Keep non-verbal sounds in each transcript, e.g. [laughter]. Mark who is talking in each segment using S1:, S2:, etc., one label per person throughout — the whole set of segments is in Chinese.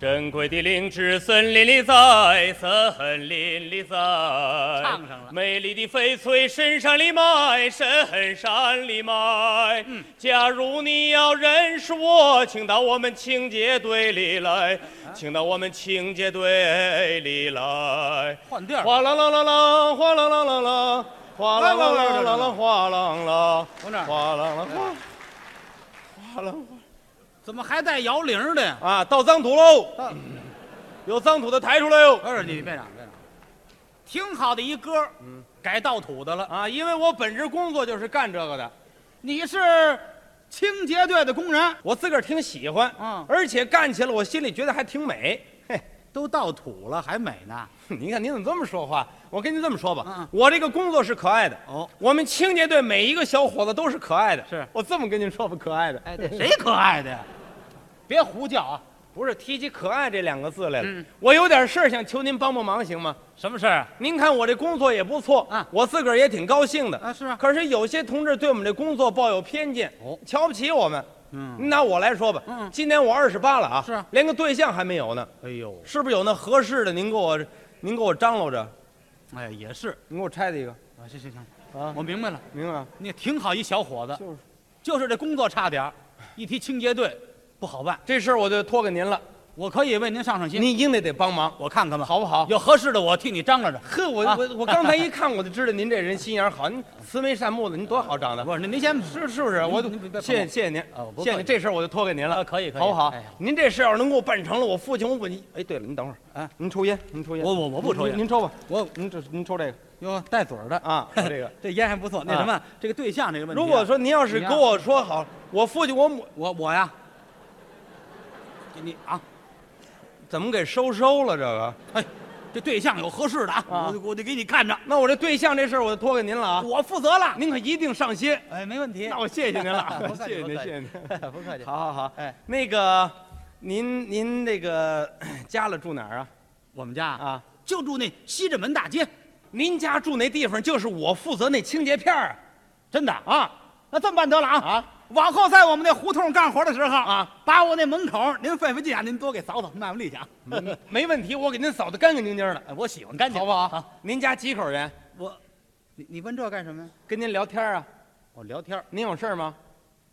S1: 珍贵的灵芝，森林里栽，森林里栽。
S2: 唱上了
S1: 美丽的翡翠，深山里埋，深山里埋。假如你要认识我，请到我们清洁队里来，请到我们清洁队里来。
S2: 换调儿
S1: 哗啦啦啦啦，哗啦啦啦啦，哗啦啦啦啦啦，哗啦啦，
S2: 从这儿
S1: 哗啦啦，哗啦啦。
S2: 怎么还带摇铃的呀？
S1: 啊，倒脏土喽
S2: 倒！
S1: 有脏土的抬出来哟！
S2: 不是你别嚷别嚷，挺好的一歌，嗯，改盗土的了。
S1: 啊，因为我本职工作就是干这个的，
S2: 你是清洁队的工人，
S1: 我自个儿挺喜欢，
S2: 嗯
S1: 而且干起来我心里觉得还挺美。嘿，
S2: 都盗土了还美
S1: [laughs]
S2: 呢？
S1: 您看您怎么这么说话？我跟您这么说吧，
S2: 嗯嗯
S1: 我这个工作是可爱的。
S2: 哦，
S1: 我们清洁队每一个小伙子都是可爱的。
S2: 是
S1: 我这么跟您说吧，可爱的。
S2: 哎，这谁可爱的呀？别胡叫啊！
S1: 不是提起“可爱”这两个字来了，
S2: 嗯
S1: 我有点事儿想求您帮帮忙，行吗？
S2: 什么事儿
S1: 您看我这工作也不错，
S2: 啊
S1: 我自个儿也挺高兴的。
S2: 啊？是啊，
S1: 可是有些同志对我们这工作抱有偏见，
S2: 哦
S1: 瞧不起我们。
S2: 嗯，
S1: 您拿我来说吧，
S2: 嗯嗯
S1: 今年我二十八了啊，
S2: 是啊
S1: 连个对象还没有呢，
S2: 哎呦，
S1: 是不是有那合适的？您给我，您给我张罗着，
S2: 哎，也是
S1: 您给我拆了一个
S2: 啊，行行行，
S1: 啊，
S2: 我明白了，
S1: 明白吗？
S2: 你挺好一小伙子，
S1: 就是
S2: 就是这工作差
S1: [laughs]
S2: 点儿一提清洁队不好办。
S1: 这事儿我就托给您了，
S2: 我可以为您上上心，
S1: 您一定得得帮忙，
S2: 我看看吧，
S1: 好不好？
S2: 有合适的我替你张罗着。
S1: 呵，我
S2: 啊
S1: 我我刚才一看我就知道您这人心眼儿好，您慈眉善目的，您多好长得，
S2: 不是，您您先
S1: 是是不是？
S2: 您
S1: 我
S2: 您别别
S1: 谢谢谢谢您
S2: 啊我，不
S1: 谢谢
S2: 客
S1: 您，
S2: 气
S1: 这事儿我就托给您了
S2: [laughs] 啊，，可以可以，
S1: 好不好
S2: 哎呀？
S1: 您这事儿要是能给我办成了，我父亲我我哎，对了，您等会儿
S2: 啊，
S1: 您抽烟，您抽烟，
S2: 我我我不抽
S1: 您
S2: 烟
S1: 您抽吧，
S2: 我
S1: 您这您抽这个
S2: 哟带嘴儿的，
S1: 啊，
S2: [laughs]
S1: 抽这个。
S2: 这烟还不错。那什么，这个对象这个问题啊，
S1: 如果说您要是
S2: 你
S1: 跟
S2: 呀
S1: 我说好，我父亲我母
S2: 我我呀，你你啊，
S1: 怎么给收收了这个？
S2: 哎，这对象有合适的
S1: 啊
S2: 啊，我就我就给你看着，
S1: 那我这对象这事儿我就托给您了啊，
S2: 我负责了。
S1: 您可一定上心。
S2: 哎，没问题。，
S1: 那我谢谢您了啊
S2: 不客
S1: 谢
S2: 气
S1: 谢您，
S2: 不
S1: 谢
S2: 客气
S1: 谢您。
S2: [laughs] 不客
S1: [laughs]
S2: 气。
S1: 好好好，
S2: 哎，
S1: 那个，您您那个家了住哪儿啊？
S2: 我们家啊
S1: 啊，
S2: 就住那西直门大街，
S1: 您家住那地方就是我负责那清洁片儿
S2: 真的。
S1: 啊啊
S2: 那这么办得了啊
S1: 啊！
S2: 往后在我们那胡同干活的时候
S1: 啊，
S2: 把我那门口您费费劲啊，您多给扫扫，卖卖力气啊。
S1: 没 [laughs] 没问题，我给您扫得干干净净的，
S2: 哎我喜欢干净，
S1: 好不好？？您家几口人？
S2: 我，你你问这干什么呀？
S1: 跟您聊天啊？
S2: 我聊天儿，
S1: 您有事儿吗？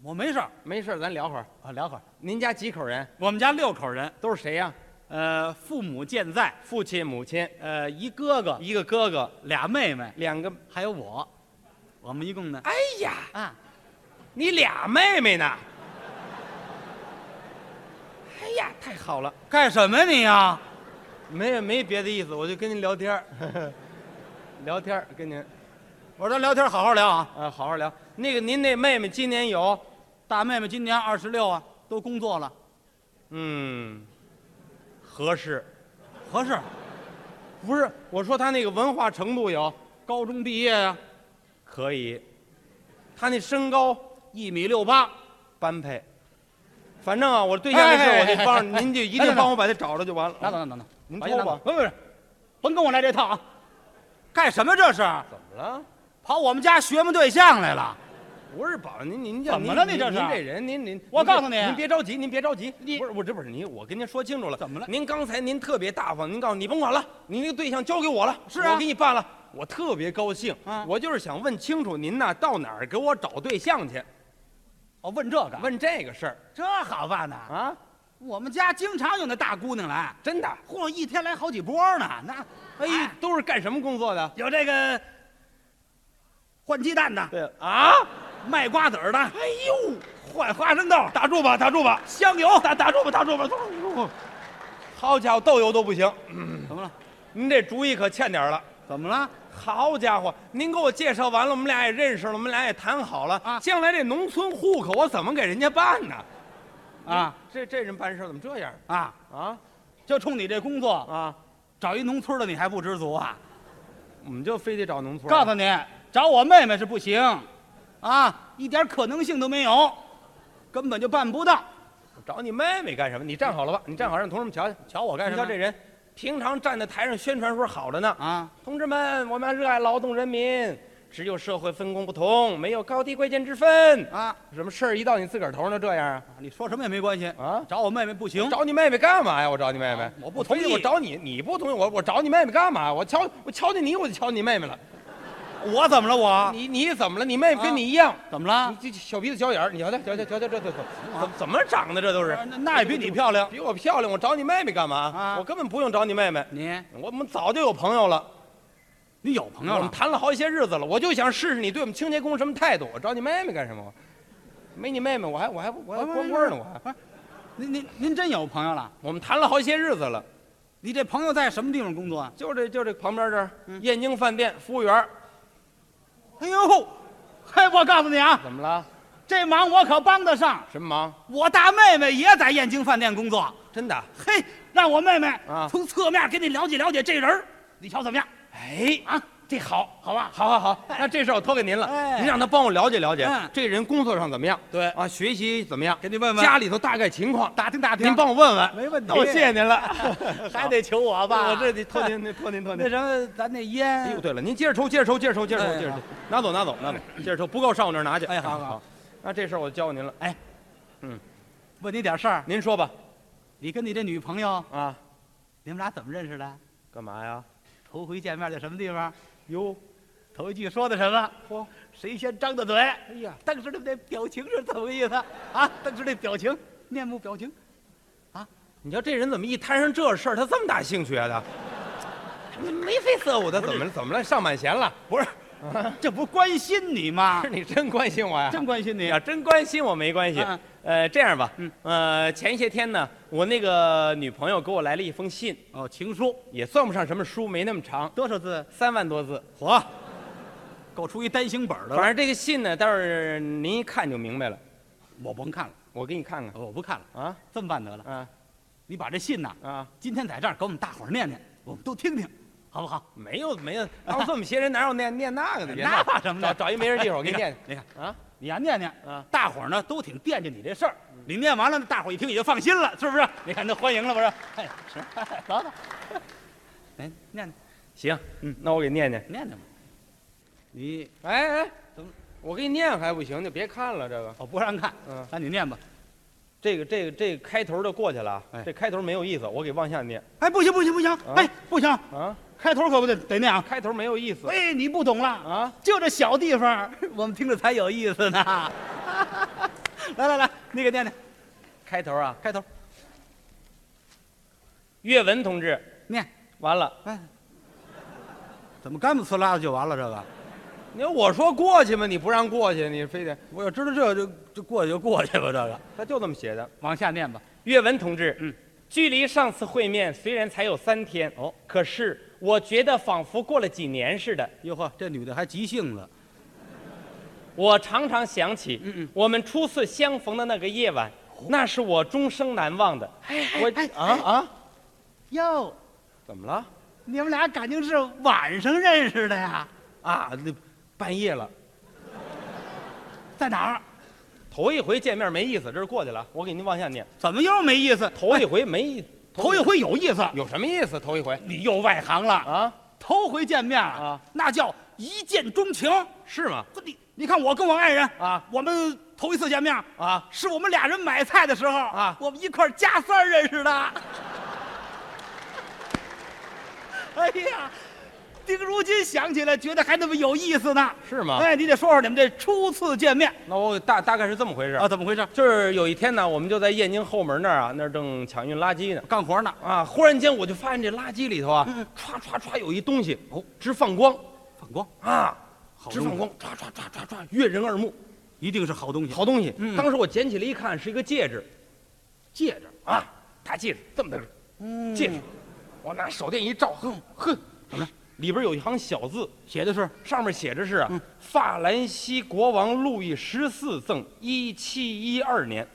S2: 我没事儿
S1: 没事儿，咱聊会儿。
S2: 啊，聊会儿。
S1: 您家几口人？
S2: 我们家六口人，
S1: 都是谁呀、
S2: 呃，父母健在，
S1: 父亲、母亲，
S2: 呃，一哥哥，
S1: 一个哥哥，
S2: 俩妹妹，
S1: 两个。
S2: 还有我，我们一共呢
S1: 哎呀，
S2: 啊，
S1: 你俩妹妹呢？ [laughs] 哎呀，太好了，
S2: 干什么呀你呀？
S1: 没有没别的意思，我就跟您聊天儿 [laughs] 聊天儿跟您
S2: 我说咱聊天好好聊啊。
S1: 呃好好聊。那个您那妹妹今年有，
S2: 大妹妹今年二十六啊，都工作了，
S1: 嗯，合适。
S2: 合适，
S1: 不是，我说她那个文化程度有，
S2: 高中毕业呀、
S1: 可以。她那身高
S2: 一米六八，
S1: 般配。反正啊，我对象这事儿我就帮着，您就一定帮我把她找着就完了。
S2: 拿走拿走拿走，
S1: 您
S2: 把
S1: 抽
S2: 烟拿走
S1: 吧
S2: 不不不，甭跟我来这套啊！干什么这是？
S1: 怎么了？
S2: 跑我们家学摸对象来了？
S1: 不是宝，您您这
S2: 怎么了
S1: 您
S2: 你这
S1: 您
S2: 是
S1: 您这人，您您，
S2: 我
S1: 您别
S2: 告诉你
S1: 您别着急，您别着急，
S2: 你
S1: 不是我这不是您，我跟您说清楚了，
S2: 怎么了
S1: 您刚才您特别大方，您告诉我你甭管了，你那个对象交给我了，
S2: 是啊
S1: 我给你办了，我特别高兴
S2: 啊，
S1: 我就是想问清楚您呐到哪儿给我找对象去，
S2: 哦，问这个，
S1: 问这个事儿
S2: 这好办呐！
S1: 啊，
S2: 我们家经常有那大姑娘来，
S1: 真的，
S2: 嚯，一天来好几波呢。那，
S1: 哎，，都是干什么工作的？
S2: 有这个换鸡蛋的，
S1: 对啊，
S2: 卖瓜子儿的，
S1: 哎呦，
S2: 换花生豆，
S1: 打住吧，打住吧，
S2: 香油。哎
S1: 打打住吧，打住吧，打住吧，好家伙，豆油都不行，
S2: 怎么了？
S1: 您这主意可欠点儿了。
S2: 怎么了？
S1: 好家伙，您给我介绍完了，我们俩也认识了，我们俩也谈好了
S2: 啊
S1: 将来这农村户口我怎么给人家办呢？
S2: 啊
S1: 这这人办事怎么这样
S2: 啊！
S1: 啊
S2: 就冲你这工作，
S1: 啊？
S2: 找一农村的你还不知足啊？
S1: 我们就非得找农村？
S2: 告诉你，找我妹妹是不行，啊，一点可能性都没有，根本就办不到。
S1: 找你妹妹干什么？你站好了吧，你站好，让同志们瞧瞧。
S2: 瞧我
S1: 嗯
S2: 干
S1: 你
S2: 什
S1: 瞧
S2: 么？
S1: 这人，平常站在台上宣传说好着呢。
S2: 啊，
S1: 同志们，我们热爱劳动人民，只有社会分工不同，没有高低贵贱之分。
S2: 啊！
S1: 什么事儿一到你自个儿头上就这样啊？
S2: 你说什么也没关系
S1: 啊
S2: 找我妹妹不行，
S1: 找你妹妹干嘛呀？我找你妹妹
S2: 嗯啊，我不
S1: 同
S2: 同意
S1: 我找你，你不同意我，我找你妹妹干嘛？我瞧我瞧见你，我就瞧你妹妹了。
S2: 我怎么了我？
S1: 你你怎么了？你妹妹
S2: 啊
S1: 跟你一样，
S2: 怎么了
S1: 你？这小鼻子小眼儿，你瞧瞧瞧瞧瞧瞧这这怎怎么长的？这都是
S2: 啊啊那那也比你漂亮。
S1: 比我漂亮，我找你妹妹干嘛？
S2: 啊
S1: 我根本不用找你妹妹，
S2: 你
S1: 我们早就有朋友了，
S2: 你有朋
S1: 我
S2: 友
S1: 们
S2: 了？
S1: 谈了好些日子了。我就想试试你对我们清洁工什么态度。我找你妹妹干什么？没你妹妹，我还我还我还光棍呢，我还。
S2: 您您您真有朋友了？
S1: 我们谈了好些日子了，
S2: 你这朋友在什么地方工作啊？
S1: 就这就这旁边这儿，
S2: 嗯
S1: 燕京饭店服务员儿，
S2: 哎呦，嘿，我告诉你啊，
S1: 怎么了？
S2: 这忙我可帮得上。
S1: 什么忙？
S2: 我大妹妹也在燕京饭店工作，
S1: 真的？
S2: 嘿，让我妹妹
S1: 啊
S2: 从侧面给你了解了解这人儿你瞧怎么样？
S1: 哎，
S2: 啊，这好，好吧，
S1: 好好好，那这事儿我托给您了，
S2: 哎
S1: 您让他帮我了解了解，
S2: 嗯
S1: 这人工作上怎么样？
S2: 对
S1: 啊，学习怎么样？
S2: 给你问问
S1: 家里头大概情况，
S2: 打听打听。
S1: 您帮我问问。
S2: 没问题
S1: 那我谢谢您了，
S2: [laughs]
S1: [laughs]
S2: 还得求我吧？
S1: 我这得托您，托您，托
S2: 那
S1: 您。
S2: 什么，咱那
S1: 哎呦，
S2: 烟，
S1: 对了，您接着抽，接着抽，接着抽，接着抽，
S2: 哎
S1: 接着抽
S2: 好，
S1: 拿走，拿走，拿走，接着抽，不够上我那儿拿去。嗯
S2: 哎好好
S1: 好，那这事儿我交给您了，
S2: 问你点事儿。
S1: 您说吧。
S2: 你跟你这女朋友，
S1: 啊，
S2: 你们俩怎么认识的？
S1: 干嘛呀？
S2: 头回见面在什么地方？
S1: 哟，
S2: 头一句说的什么？
S1: 嚯，
S2: 谁先张的嘴？
S1: 哎呀，
S2: 当时他们那表情是怎么意思啊？当时那表情，面目表情，
S1: 你瞧这人怎么一摊上这事儿，他这么大兴趣啊？他，你眉飞色舞的，怎么了？怎么了？上满弦了？
S2: 不是， [laughs] 这不关心你吗
S1: 是？
S2: 哎
S1: 你真关心我呀？
S2: 真关心
S1: 你
S2: 你
S1: 要真关心我没关系
S2: 嗯。
S1: 呃，这样吧
S2: 嗯，
S1: 呃，前些天呢，我那个女朋友给我来了一封信，
S2: 哦，情书
S1: 也算不上什么书，没那么长，
S2: 多少字？
S1: 三万多字。
S2: 嚯，够出一单行本的
S1: 反
S2: 了。
S1: 正这个信呢，待会儿您一看就明白了。
S2: 我甭看了，
S1: 我给你看看
S2: 哦我不看了。
S1: 啊
S2: 这么办得了，
S1: 啊
S2: 你把这信呐，
S1: 啊！
S2: 今天在这儿给我们大伙儿念念，我们都听听，好不 [laughs] 好？
S1: 没有没有，当这么些人哪有念念那个
S2: [laughs]
S1: 的？别闹
S2: 那怕什么
S1: 找
S2: 呢？
S1: 找一没人地方，我给你
S2: [laughs]
S1: 念。
S2: 你看，
S1: 啊
S2: 你呀念念，
S1: 啊！
S2: 大伙儿呢都挺惦记你这事儿。你念完了，那大伙儿一听也就放心了，是不是？你看那欢迎了，不是？哎，是， [laughs] 走走，来念念
S1: 行，
S2: 嗯
S1: 那我给念念。
S2: 念念吧。你
S1: 哎哎，
S2: 怎么？
S1: 我给你念还不行，就别看了这个。
S2: 我哦不让看，
S1: 嗯，
S2: 那你念吧。
S1: 这个这个这个开头就过去了啊
S2: 哎，
S1: 这开头没有意思，我给往下念
S2: 哎，不行不行不行，哎，不行，
S1: 啊。
S2: 开头可不得得念啊。
S1: 开头没有意思
S2: 哎，你不懂了，
S1: 啊。
S2: 就这小地 [laughs] 方，我们听着才有意 [laughs] 思呢。来来来，你给念念，
S1: 开头啊，
S2: 开头
S1: 阅文同志，
S2: 念。
S1: 完了，
S2: 哎，怎么干不呲啦的就完了？这个
S1: 你说我说过去嘛，你不让过去，你非得
S2: 我要知道这就就过去就过去吧，这个
S1: 他就这么写的。
S2: 往下念吧。
S1: 阅文同志，
S2: 嗯，
S1: 距离上次会面虽然才有三天，
S2: 哦，
S1: 可是我觉得仿佛过了几年似的。
S2: 哟呵，这女的还急性子，
S1: 我常常想起，
S2: 嗯嗯，
S1: 我们初次相逢的那个夜晚，那是我终生难忘的。
S2: 哎
S1: 我啊啊，
S2: 哟，
S1: 怎么了？
S2: 你们俩感情是晚上认识的呀？
S1: 啊，那半夜了，
S2: 在哪儿？
S1: 头一回见面没意思，这是过去了。我给您往下念，
S2: 怎么又没意思？
S1: 头一回没意，
S2: 头一回有意思，
S1: 有什么意思？头一回
S2: 你又外行了。
S1: 啊，
S2: 头回见面
S1: 啊，
S2: 那叫一见钟情。
S1: 是吗？
S2: 这你你看我跟我爱人
S1: 啊，
S2: 我们头一次见面，
S1: 啊，
S2: 是我们俩人买菜的时候
S1: 啊
S2: 我们一块儿加三儿认识的。
S1: [laughs]
S2: 哎呀，这个如今想起来，觉得还那么有意思呢。
S1: 是吗？
S2: 哎，你得说说你们这初次见面啊
S1: 那我大大概是这么回事，，
S2: 怎么回事？
S1: 就是有一天呢，我们就在燕京后门那儿啊，那儿正抢运垃圾呢，
S2: 干活呢，
S1: 啊，忽然间我就发现这垃圾里头啊，
S2: 嗯
S1: 歘歘歘有一东西，哦，直放光
S2: 反光，
S1: 啊，
S2: 好
S1: 直放光，歘歘歘歘歘，悦人耳目，
S2: 一定是好东西。
S1: 好东西。
S2: 嗯
S1: 当时我捡起来一看，是一个戒指
S2: 戒指，
S1: 啊，大戒指，这么大个
S2: 嗯
S1: 戒指，我拿手电一照，哼哼，
S2: 怎么了？
S1: 里边有一行小字，
S2: 写的是
S1: 上面写着是啊
S2: 嗯
S1: 法兰西国王路易十四赠，一七一二年。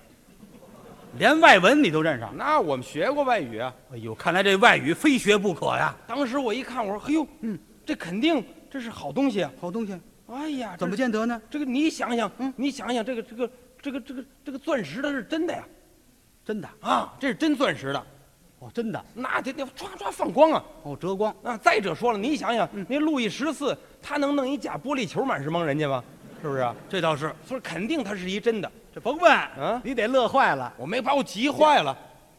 S2: 连外文你都认识。
S1: 那我们学过外语啊。
S2: 哎呦，看来这外语非学不可呀。
S1: 当时我一看，我说：“嘿呦，嗯，这肯定这是好东西啊！
S2: 好东西
S1: 哎呀，
S2: 怎么
S1: 这
S2: 见得呢？
S1: 这个？你想想，
S2: 嗯
S1: 你想想这个这个这个这个这个钻石它是真的呀！
S2: 真的，
S1: 啊，这是真钻石的。
S2: 哦，真的
S1: 那得得唰唰放光啊！
S2: 哦，折光
S1: 啊，再者说了，你想想，
S2: 嗯
S1: 那路易十四他能弄一假玻璃球满是蒙人家吗？是不是啊？
S2: 这倒是，啊
S1: 所以肯定他是一真的。
S2: 这甭问，
S1: 嗯
S2: 你得乐坏了，
S1: 我没把我急坏了，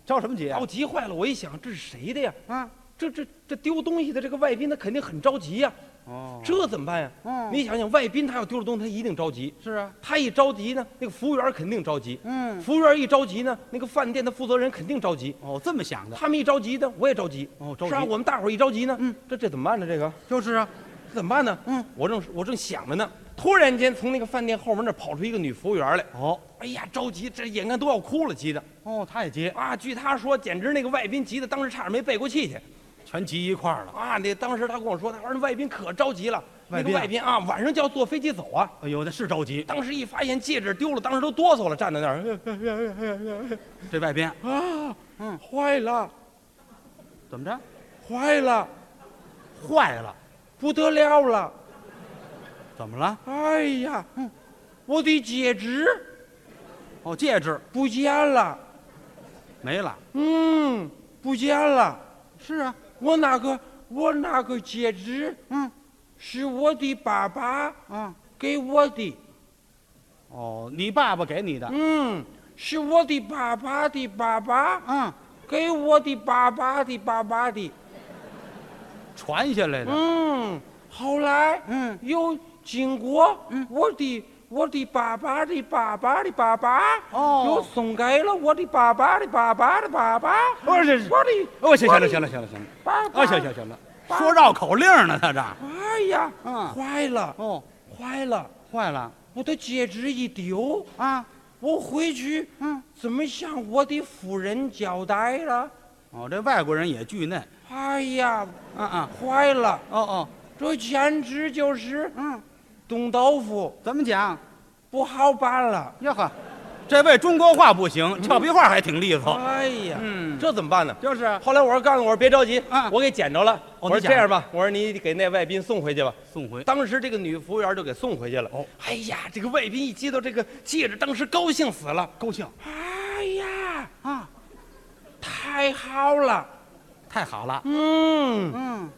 S2: 着什么急
S1: 把
S2: 啊
S1: 我？急坏了。我一想，这是谁的呀？
S2: 啊，
S1: 这这这丢东西的这个外宾，他肯定很着急呀、
S2: 哦，
S1: 这怎么办呀、
S2: 嗯
S1: 你想想，外宾他要丢了东西，他一定着急。
S2: 是啊，
S1: 他一着急呢，那个服务员肯定着急。
S2: 嗯，
S1: 服务员一着急呢，那个饭店的负责人肯定着急。
S2: 哦，这么想的，
S1: 他们一着急呢，我也着急。
S2: 哦着急
S1: 是啊，我们大伙儿一着急呢，嗯，这这怎么办呢？这个
S2: 就是啊，
S1: 这怎么办呢？
S2: 嗯，
S1: 我正我正想着呢，突然间从那个饭店后门那儿跑出一个女服务员来。
S2: 哦，
S1: 哎呀，着急，这眼看都要哭了，急的
S2: 哦，他也急，
S1: 啊！据他说，简直那个外宾急的，当时差点没背过气去
S2: 全急一块儿了。
S1: 啊！那当时他跟我说，他说那外宾可着急了，
S2: 外
S1: 那
S2: 宾
S1: 个
S2: 啊
S1: 外宾啊，晚上就要坐飞机走啊。
S2: 哎呦，那是着急，
S1: 当时一发现戒指丢了，当时都哆嗦了，站在那儿， [laughs]
S2: 这外边
S1: 坏了，
S2: 嗯怎么着？
S1: 坏了，
S2: 坏了，
S1: 不得了了！
S2: 怎么了？
S1: 哎呀，
S2: 嗯
S1: 我的戒指
S2: 哦，戒指
S1: 不见了，
S2: 没了。
S1: 嗯，不见了。
S2: 是啊，
S1: 我那个我那个戒指
S2: 嗯
S1: 是我的爸爸
S2: 啊，
S1: 给我的，
S2: 哦，你爸爸给你的，
S1: 嗯，是我的爸爸的爸爸
S2: 嗯，
S1: 给我的爸爸的爸爸的，
S2: 传下来的，
S1: 嗯，后来
S2: 嗯，
S1: 又经过我的。我的爸爸的爸爸的爸爸，
S2: 哦
S1: 又送给了我的爸爸的爸爸的爸爸，
S2: 不是是
S1: 我的，
S2: 哦，行行了，
S1: 我的
S2: 行了，行了，行了，
S1: 爸爸，
S2: 啊，行行，行了，说绕口令呢，他这，
S1: 哎呀，
S2: 嗯
S1: 坏了，
S2: 哦，
S1: 坏了，
S2: 坏了
S1: 我的戒指一丢，
S2: 啊，
S1: 我回去
S2: 嗯，
S1: 怎么向我的夫人交代了？
S2: 哦，这外国人也巨嫩，
S1: 哎呀，
S2: 啊啊，
S1: 坏了，
S2: 哦哦，
S1: 这简直就是
S2: 嗯，
S1: 冻豆腐，
S2: 怎么讲？
S1: 不好办了。
S2: 呀呵，这位中国话不行，俏皮话还挺利索，
S1: 哎呀，
S2: 哦嗯
S1: 这怎么办呢？
S2: 就是啊
S1: 后来我说告诉我说别着急，
S2: 啊
S1: 我给捡着了。我说
S2: 你捡
S1: 这样吧，我说你给那外宾送回去吧。
S2: 送回，
S1: 当时这个女服务员就给送回去了。哦，哎呀，这个外宾一接到这个戒指，当时高兴死了。
S2: 高兴
S1: 哎呀，
S2: 啊，
S1: 太好了！
S2: 太好了，
S1: 嗯，
S2: 嗯，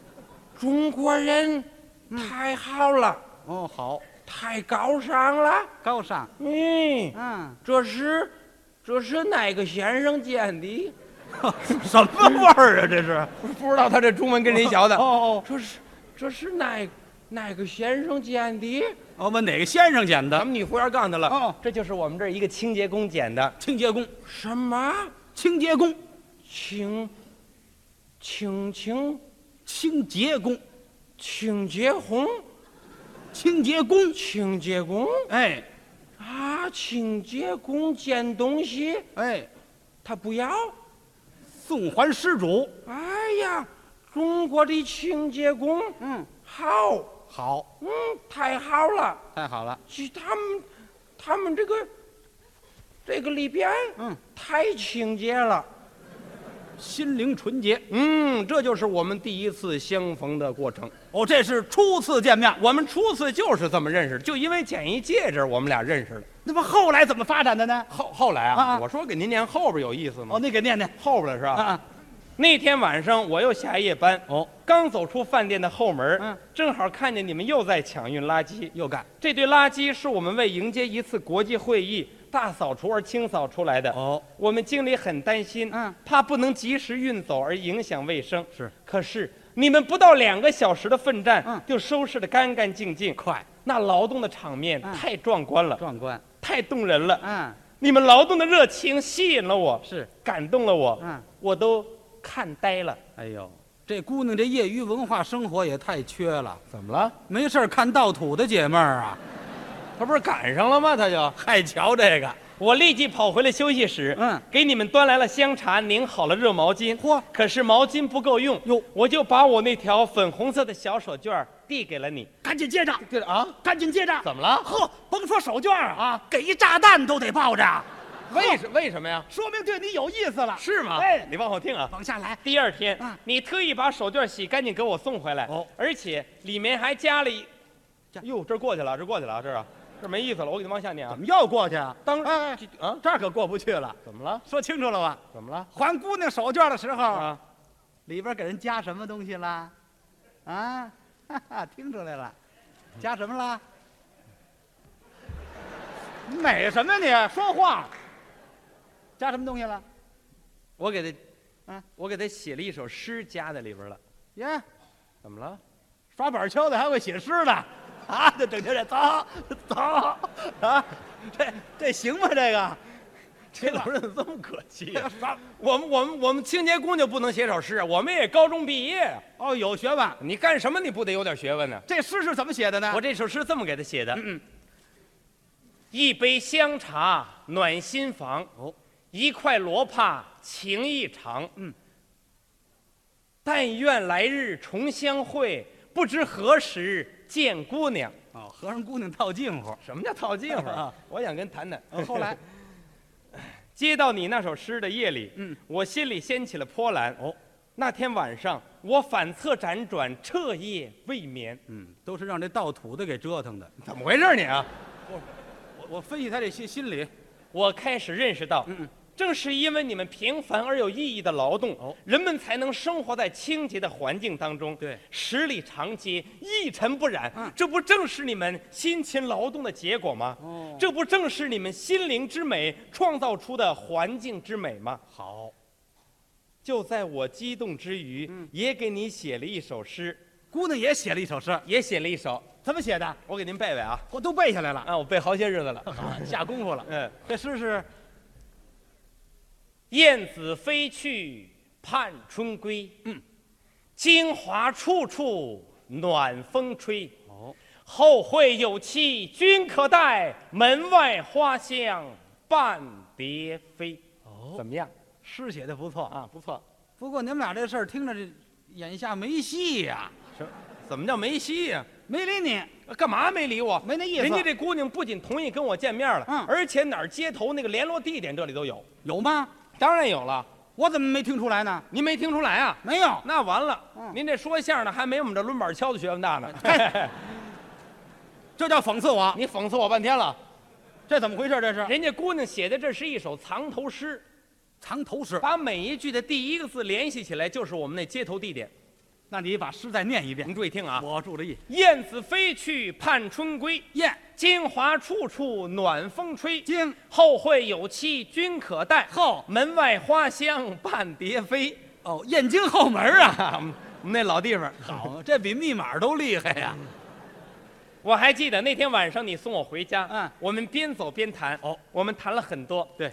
S1: 中国人太好了，
S2: 哦，好，
S1: 太高尚了。
S2: 高尚，
S1: 嗯，
S2: 嗯，
S1: 这是这是哪个先生建的？
S2: [laughs] 什么味儿啊？这是
S1: 不知道他这中文跟谁学的。
S2: 哦
S1: [laughs] 这是这是哪哪个先生建的？
S2: 哦，我们哪个先生捡
S1: 咱
S2: 的？
S1: 们女服务员告诉他了，
S2: 哦
S1: 这就是我们这儿一个清洁工捡的。
S2: 清洁工，
S1: 什么
S2: 清洁工，
S1: 清清清
S2: 清洁工，
S1: 清洁工？
S2: 清洁工，
S1: 清洁工
S2: 哎
S1: 啊，清洁工捡东西，
S2: 哎，
S1: 他不要。
S2: 送还失主，
S1: 哎呀，中国的清洁工
S2: 嗯，
S1: 好，
S2: 好，
S1: 嗯，太好了。
S2: 太好了，
S1: 其他们，他们这个这个里边，
S2: 嗯，
S1: 太清洁了。
S2: 心灵纯洁。
S1: 嗯，这就是我们第一次相逢的过程。
S2: 哦，这是初次见面，
S1: 我们初次就是这么认识的，就因为捡一戒指，我们俩认识的。
S2: 那么后来怎么发展的呢？
S1: 后后来
S2: 啊
S1: 啊，
S2: 啊
S1: 我说给您念后边有意思吗？
S2: 哦，那给念念
S1: 后边是吧？
S2: 啊啊，
S1: 那天晚上我又下夜班，
S2: 哦，
S1: 刚走出饭店的后门，
S2: 嗯
S1: 正好看见你们又在抢运垃圾。
S2: 又干
S1: 这堆垃圾是我们为迎接一次国际会议大扫除而清扫出来的。
S2: 哦，
S1: 我们经理很担心，
S2: 嗯
S1: 怕不能及时运走而影响卫生。
S2: 是，
S1: 可是你们不到两个小时的奋战，
S2: 嗯
S1: 就收拾得干干净净，
S2: 快
S1: 那劳动的场面
S2: 嗯
S1: 太壮观了，
S2: 壮观，
S1: 太动人了。
S2: 嗯，
S1: 你们劳动的热情吸引了我，
S2: 是，
S1: 感动了我，
S2: 嗯，
S1: 我都看呆了。
S2: 哎呦，这姑娘这业余文化生活也太缺了，
S1: 怎么了？
S2: 没事儿看盗土的姐妹儿啊，
S1: 他不是赶上了吗？他就
S2: 还瞧这个，
S1: 我立即跑回了休息室，
S2: 嗯，
S1: 给你们端来了香茶，拧好了热毛巾。
S2: 嚯，
S1: 可是毛巾不够用，
S2: 哟
S1: 我就把我那条粉红色的小手绢儿递给了你。
S2: 赶紧接着，
S1: 对啊，
S2: 赶紧接着，
S1: 怎么了？
S2: 呵，甭说手绢儿
S1: 啊，
S2: 给一炸弹都得抱着，
S1: 为什为什么呀？
S2: 说明对你有意思了。
S1: 是吗？
S2: 哎，
S1: 你往后听啊。
S2: 往下来，
S1: 第二天
S2: 啊，
S1: 你特意把手绢洗干净给我送回来，
S2: 哦
S1: 而且里面还加了一
S2: 加，
S1: 哟，这儿过去了，这儿过去了啊，这儿啊，这没意思了，我给您往下念啊
S2: 怎。么又过去啊？
S1: 当
S2: 哎哎
S1: 啊，
S2: 这儿可过不去了。
S1: 怎么了？
S2: 说清楚了吧？
S1: 怎么了？
S2: 还姑娘手绢的时候，
S1: 啊，
S2: 里边给人加什么东西啦？啊， [laughs] 哈哈，听出来了，加什么啦？美什么你？说话，加什么东西了？
S1: 我给他，
S2: 嗯
S1: 我给他写了一首诗，夹在里边了。
S2: 耶，
S1: 怎么了？
S2: 刷板锹的还会写诗呢，啊，这整天这糟糟啊，这这行吗？这个
S1: 这老人怎么这么可气
S2: 这个
S1: 呀？
S2: 刷
S1: 啊我们我们我们清洁工就不能写首诗啊？我们也高中毕业啊，
S2: 哦，有学问。
S1: 你干什么你不得有点学问呢？
S2: 这诗是怎么写的呢？
S1: 我这首诗这么给他写
S2: 嗯
S1: 的：一杯香茶暖心房，
S2: 哦
S1: 一块罗帕情意长。
S2: 嗯
S1: 但愿来日重相会，不知何时见姑娘。
S2: 哦，和尚姑娘套近乎。
S1: 什么叫套近乎
S2: 啊？
S1: 我想跟谈谈。
S2: 哦后来
S1: [laughs] 接到你那首诗的夜里，
S2: 嗯，
S1: 我心里掀起了波澜。
S2: 哦，
S1: 那天晚上我反侧辗转，彻夜未眠。
S2: 嗯，都是让这盗土的给折腾的。
S1: 怎么回事你啊？
S2: 我我分析他这心心理，
S1: 我开始认识到，
S2: 嗯嗯
S1: 正是因为你们平凡而有意义的劳动，
S2: 哦
S1: 人们才能生活在清洁的环境当中。
S2: 对
S1: 十里长街一尘不染，
S2: 嗯
S1: 这不正是你们辛勤劳动的结果吗？
S2: 哦
S1: 这不正是你们心灵之美创造出的环境之美吗？
S2: 好，
S1: 就在我激动之余，也给你写了一首诗，
S2: 姑娘也写了一首诗，
S1: 也写了一首，
S2: 怎么写的？
S1: 我给您背背啊。
S2: 我都背下来了，啊
S1: 啊，我背好些日子了。
S2: 下功夫了。
S1: 嗯。
S2: 这诗是
S1: 燕子飞去盼春归。
S2: 嗯，
S1: 京华处处暖风吹。
S2: 哦，
S1: 后会有期君可待，门外花香半蝶飞。
S2: 哦
S1: 怎么样
S2: 诗写的不错啊。
S1: 啊？不错。
S2: 不过你们俩这事儿听着这眼下没戏呀、
S1: 怎么叫没戏呀、
S2: 没理你，
S1: 干嘛没理我？
S2: 没那意思。
S1: 人家这姑娘不仅同意跟我见面了，
S2: 嗯
S1: 而且哪儿街头那个联络地点这里都有。
S2: 有吗？
S1: 当然有了，
S2: 我怎么没听出来呢？
S1: 您没听出来啊？
S2: 没有。
S1: 那完了，
S2: 嗯
S1: 您这说相声的还没我们这抡板敲的学问大呢。
S2: 这叫讽刺我，
S1: 你讽刺我半天了。
S2: 这怎么回事？这是
S1: [laughs] 人家姑娘写的这是一首藏头诗，
S2: 藏头诗。
S1: 把每一句的第一个字联系起来，就是我们那街头地点。
S2: 那你把诗再念一遍。
S1: 您注意听啊！
S2: 我注了意。
S1: 燕子飞去盼春归，
S2: 燕
S1: 京华处处暖风吹。
S2: 京
S1: 后会有期君可 [laughs] 待，
S2: 后
S1: 门外花香伴蝶飞。
S2: 哦，燕京后门啊。
S1: 啊，我们我们那老地方。
S2: 好，这比密码都厉害呀、
S1: 我还记得那天晚上你送我回家，
S2: 嗯
S1: 我们边走边谈。
S2: 哦，
S1: 我们谈了很多，
S2: 对，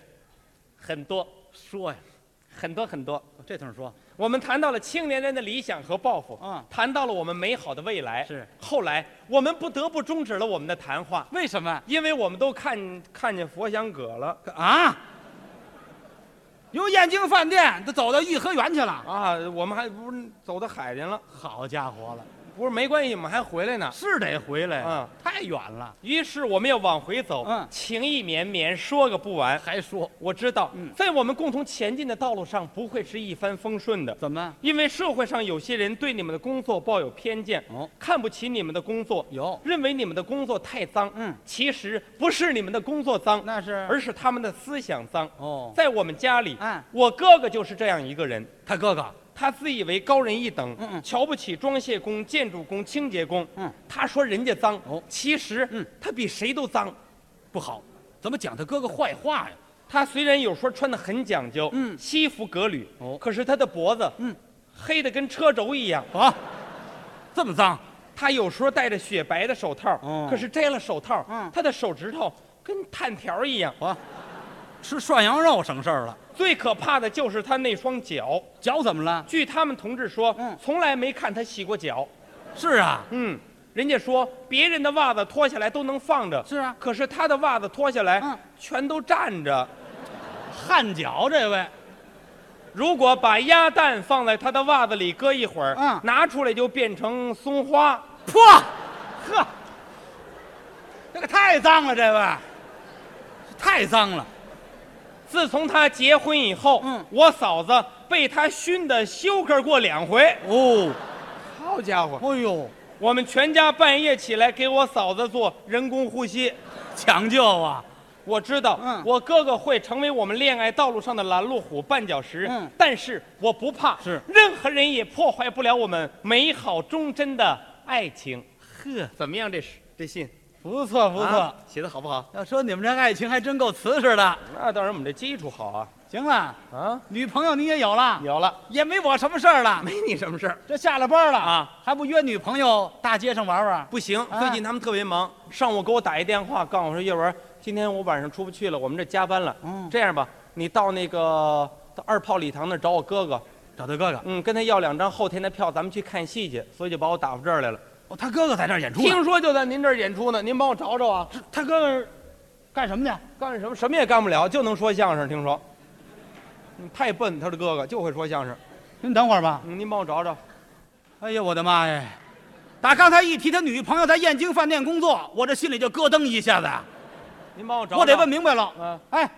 S1: 很多，
S2: 说呀，
S1: 很多，很多。
S2: 这头说
S1: 我们谈到了青年人的理想和抱负，
S2: 嗯
S1: 谈到了我们美好的未来。
S2: 是，
S1: 后来我们不得不终止了我们的谈话，
S2: 为什么
S1: 因为我们都看看见佛香阁了
S2: 啊？由燕京饭店都走到颐和园去了，
S1: 啊，我们还不是走到海边了，
S2: 好家伙了，
S1: 不是没关系，我们还回来呢。
S2: 是得回来
S1: 啊
S2: 啊，太远了，
S1: 于是我们又往回走，
S2: 嗯
S1: 情意绵绵，说个不完。
S2: 还说
S1: 我知道，
S2: 嗯
S1: 在我们共同前进的道路上，不会是一帆风顺的。
S2: 怎么？
S1: 因为社会上有些人对你们的工作抱有偏见，
S2: 哦
S1: 看不起你们的工作，
S2: 有
S1: 认为你们的工作太脏。
S2: 嗯
S1: 其实不是你们的工作脏，
S2: 那是
S1: 而是他们的思想脏。
S2: 哦，
S1: 在我们家里，
S2: 嗯
S1: 我哥哥就是这样一个人，
S2: 他哥哥
S1: 他自以为高人一等，
S2: 嗯嗯
S1: 瞧不起装卸工、建筑工、清洁工。
S2: 嗯
S1: 他说人家脏，
S2: 哦
S1: 其实、
S2: 嗯
S1: 他比谁都脏。
S2: 不好，怎么讲他哥哥坏话呀？
S1: 他虽然有时候穿得很讲究，
S2: 嗯
S1: 西服革履，
S2: 哦
S1: 可是他的脖子，
S2: 嗯，
S1: 黑得跟车轴一样。
S2: 啊，这么脏，
S1: 他有时候戴着雪白的手套，
S2: 哦
S1: 可是摘了手套，
S2: 嗯
S1: 他的手指头跟炭条一样。
S2: 吃涮羊肉省事儿了，
S1: 最可怕的就是他那双脚，
S2: 脚怎么了？
S1: 据他们同志说，
S2: 嗯
S1: 从来没看他洗过脚。
S2: 是啊，
S1: 嗯，人家说别人的袜子脱下来都能放着，
S2: 是啊，
S1: 可是他的袜子脱下来、
S2: 嗯
S1: 全都站着。
S2: 汗脚这位，
S1: 如果把鸭蛋放在他的袜子里搁一会儿，
S2: 嗯
S1: 拿出来就变成松花。
S2: 破，呵，这个太脏了，这位，太脏了。
S1: 自从他结婚以后，
S2: 嗯
S1: 我嫂子被他熏得休克过两回。
S2: 哦，
S1: 好家伙，
S2: 哎呦，
S1: 我们全家半夜起来给我嫂子做人工呼吸。
S2: 抢救啊！
S1: 我知道，
S2: 嗯
S1: 我哥哥会成为我们恋爱道路上的拦路虎、绊脚石，
S2: 嗯
S1: 但是我不怕，
S2: 是
S1: 任何人也破坏不了我们美好忠贞的爱情。
S2: 呵，
S1: 怎么样这？是这信
S2: 不错不错。
S1: 啊写的好不好？
S2: 要说你们这爱情还真够瓷实的。
S1: 那当然，我们这基础好啊
S2: 行了，
S1: 啊！
S2: 女朋友你也有了，
S1: 有了，
S2: 也没我什么事儿了。
S1: 没你什么事儿。
S2: 这下了班了
S1: 啊，
S2: 还不约女朋友大街上玩玩？
S1: 不行，
S2: 啊
S1: 最近他们特别忙，上午给我打一电话，告诉我说叶文，今天我晚上出不去了，我们这加班了。
S2: 嗯
S1: 这样吧，你到那个到二炮礼堂那儿找我哥哥，
S2: 找他哥哥，
S1: 嗯，跟他要两张后天的票，咱们去看戏去。所以就把我打发这儿来了。
S2: 哦，他哥哥在这儿演出呢。
S1: 听说就在您这儿演出呢，您帮我找找啊。
S2: 这他哥哥干什么去？
S1: 干什么什么也干不了，就能说相声。听说，嗯太笨，他的哥哥就会说相声。
S2: 您等会儿吧。
S1: 嗯您帮我找找。
S2: 哎呀，我的妈呀！打刚才一提他女朋友在燕京饭店工作，我这心里就咯噔一下子，啊
S1: 您帮我找找。
S2: 我得问明白了。
S1: 啊，
S2: 哎，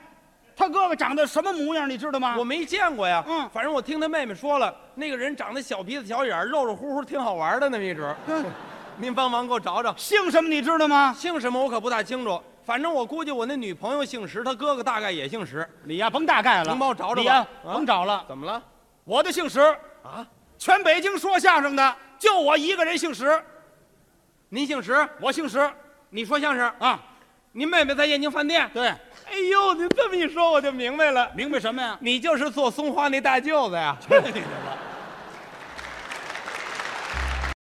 S2: 他哥哥长得什么模样，你知道吗？
S1: 我没见过呀。
S2: 嗯
S1: 反正我听他妹妹说了，那个人长得小鼻子小眼儿，肉肉乎乎，挺好玩的那么一折。
S2: 嗯
S1: [laughs] 您帮忙给我找找，
S2: 姓什么你知道吗？
S1: 姓什么我可不大清楚。反正我估计我那女朋友姓石，她哥哥大概也姓石。
S2: 你呀，甭大概了，
S1: 您帮我找找吧
S2: 你呀，
S1: 啊
S2: 甭找了，
S1: 怎么了？
S2: 我的姓石，
S1: 啊？
S2: 全北京说相声的就我一个人姓石，
S1: 您姓石？
S2: 我姓石
S1: 你说相声？
S2: 啊。
S1: 您妹妹在燕京饭店？
S2: 对，
S1: 哎呦，您这么一说我就明白了， [laughs]
S2: 明白什么呀？
S1: 你就是做松花那大舅子呀？
S2: 去你的吧！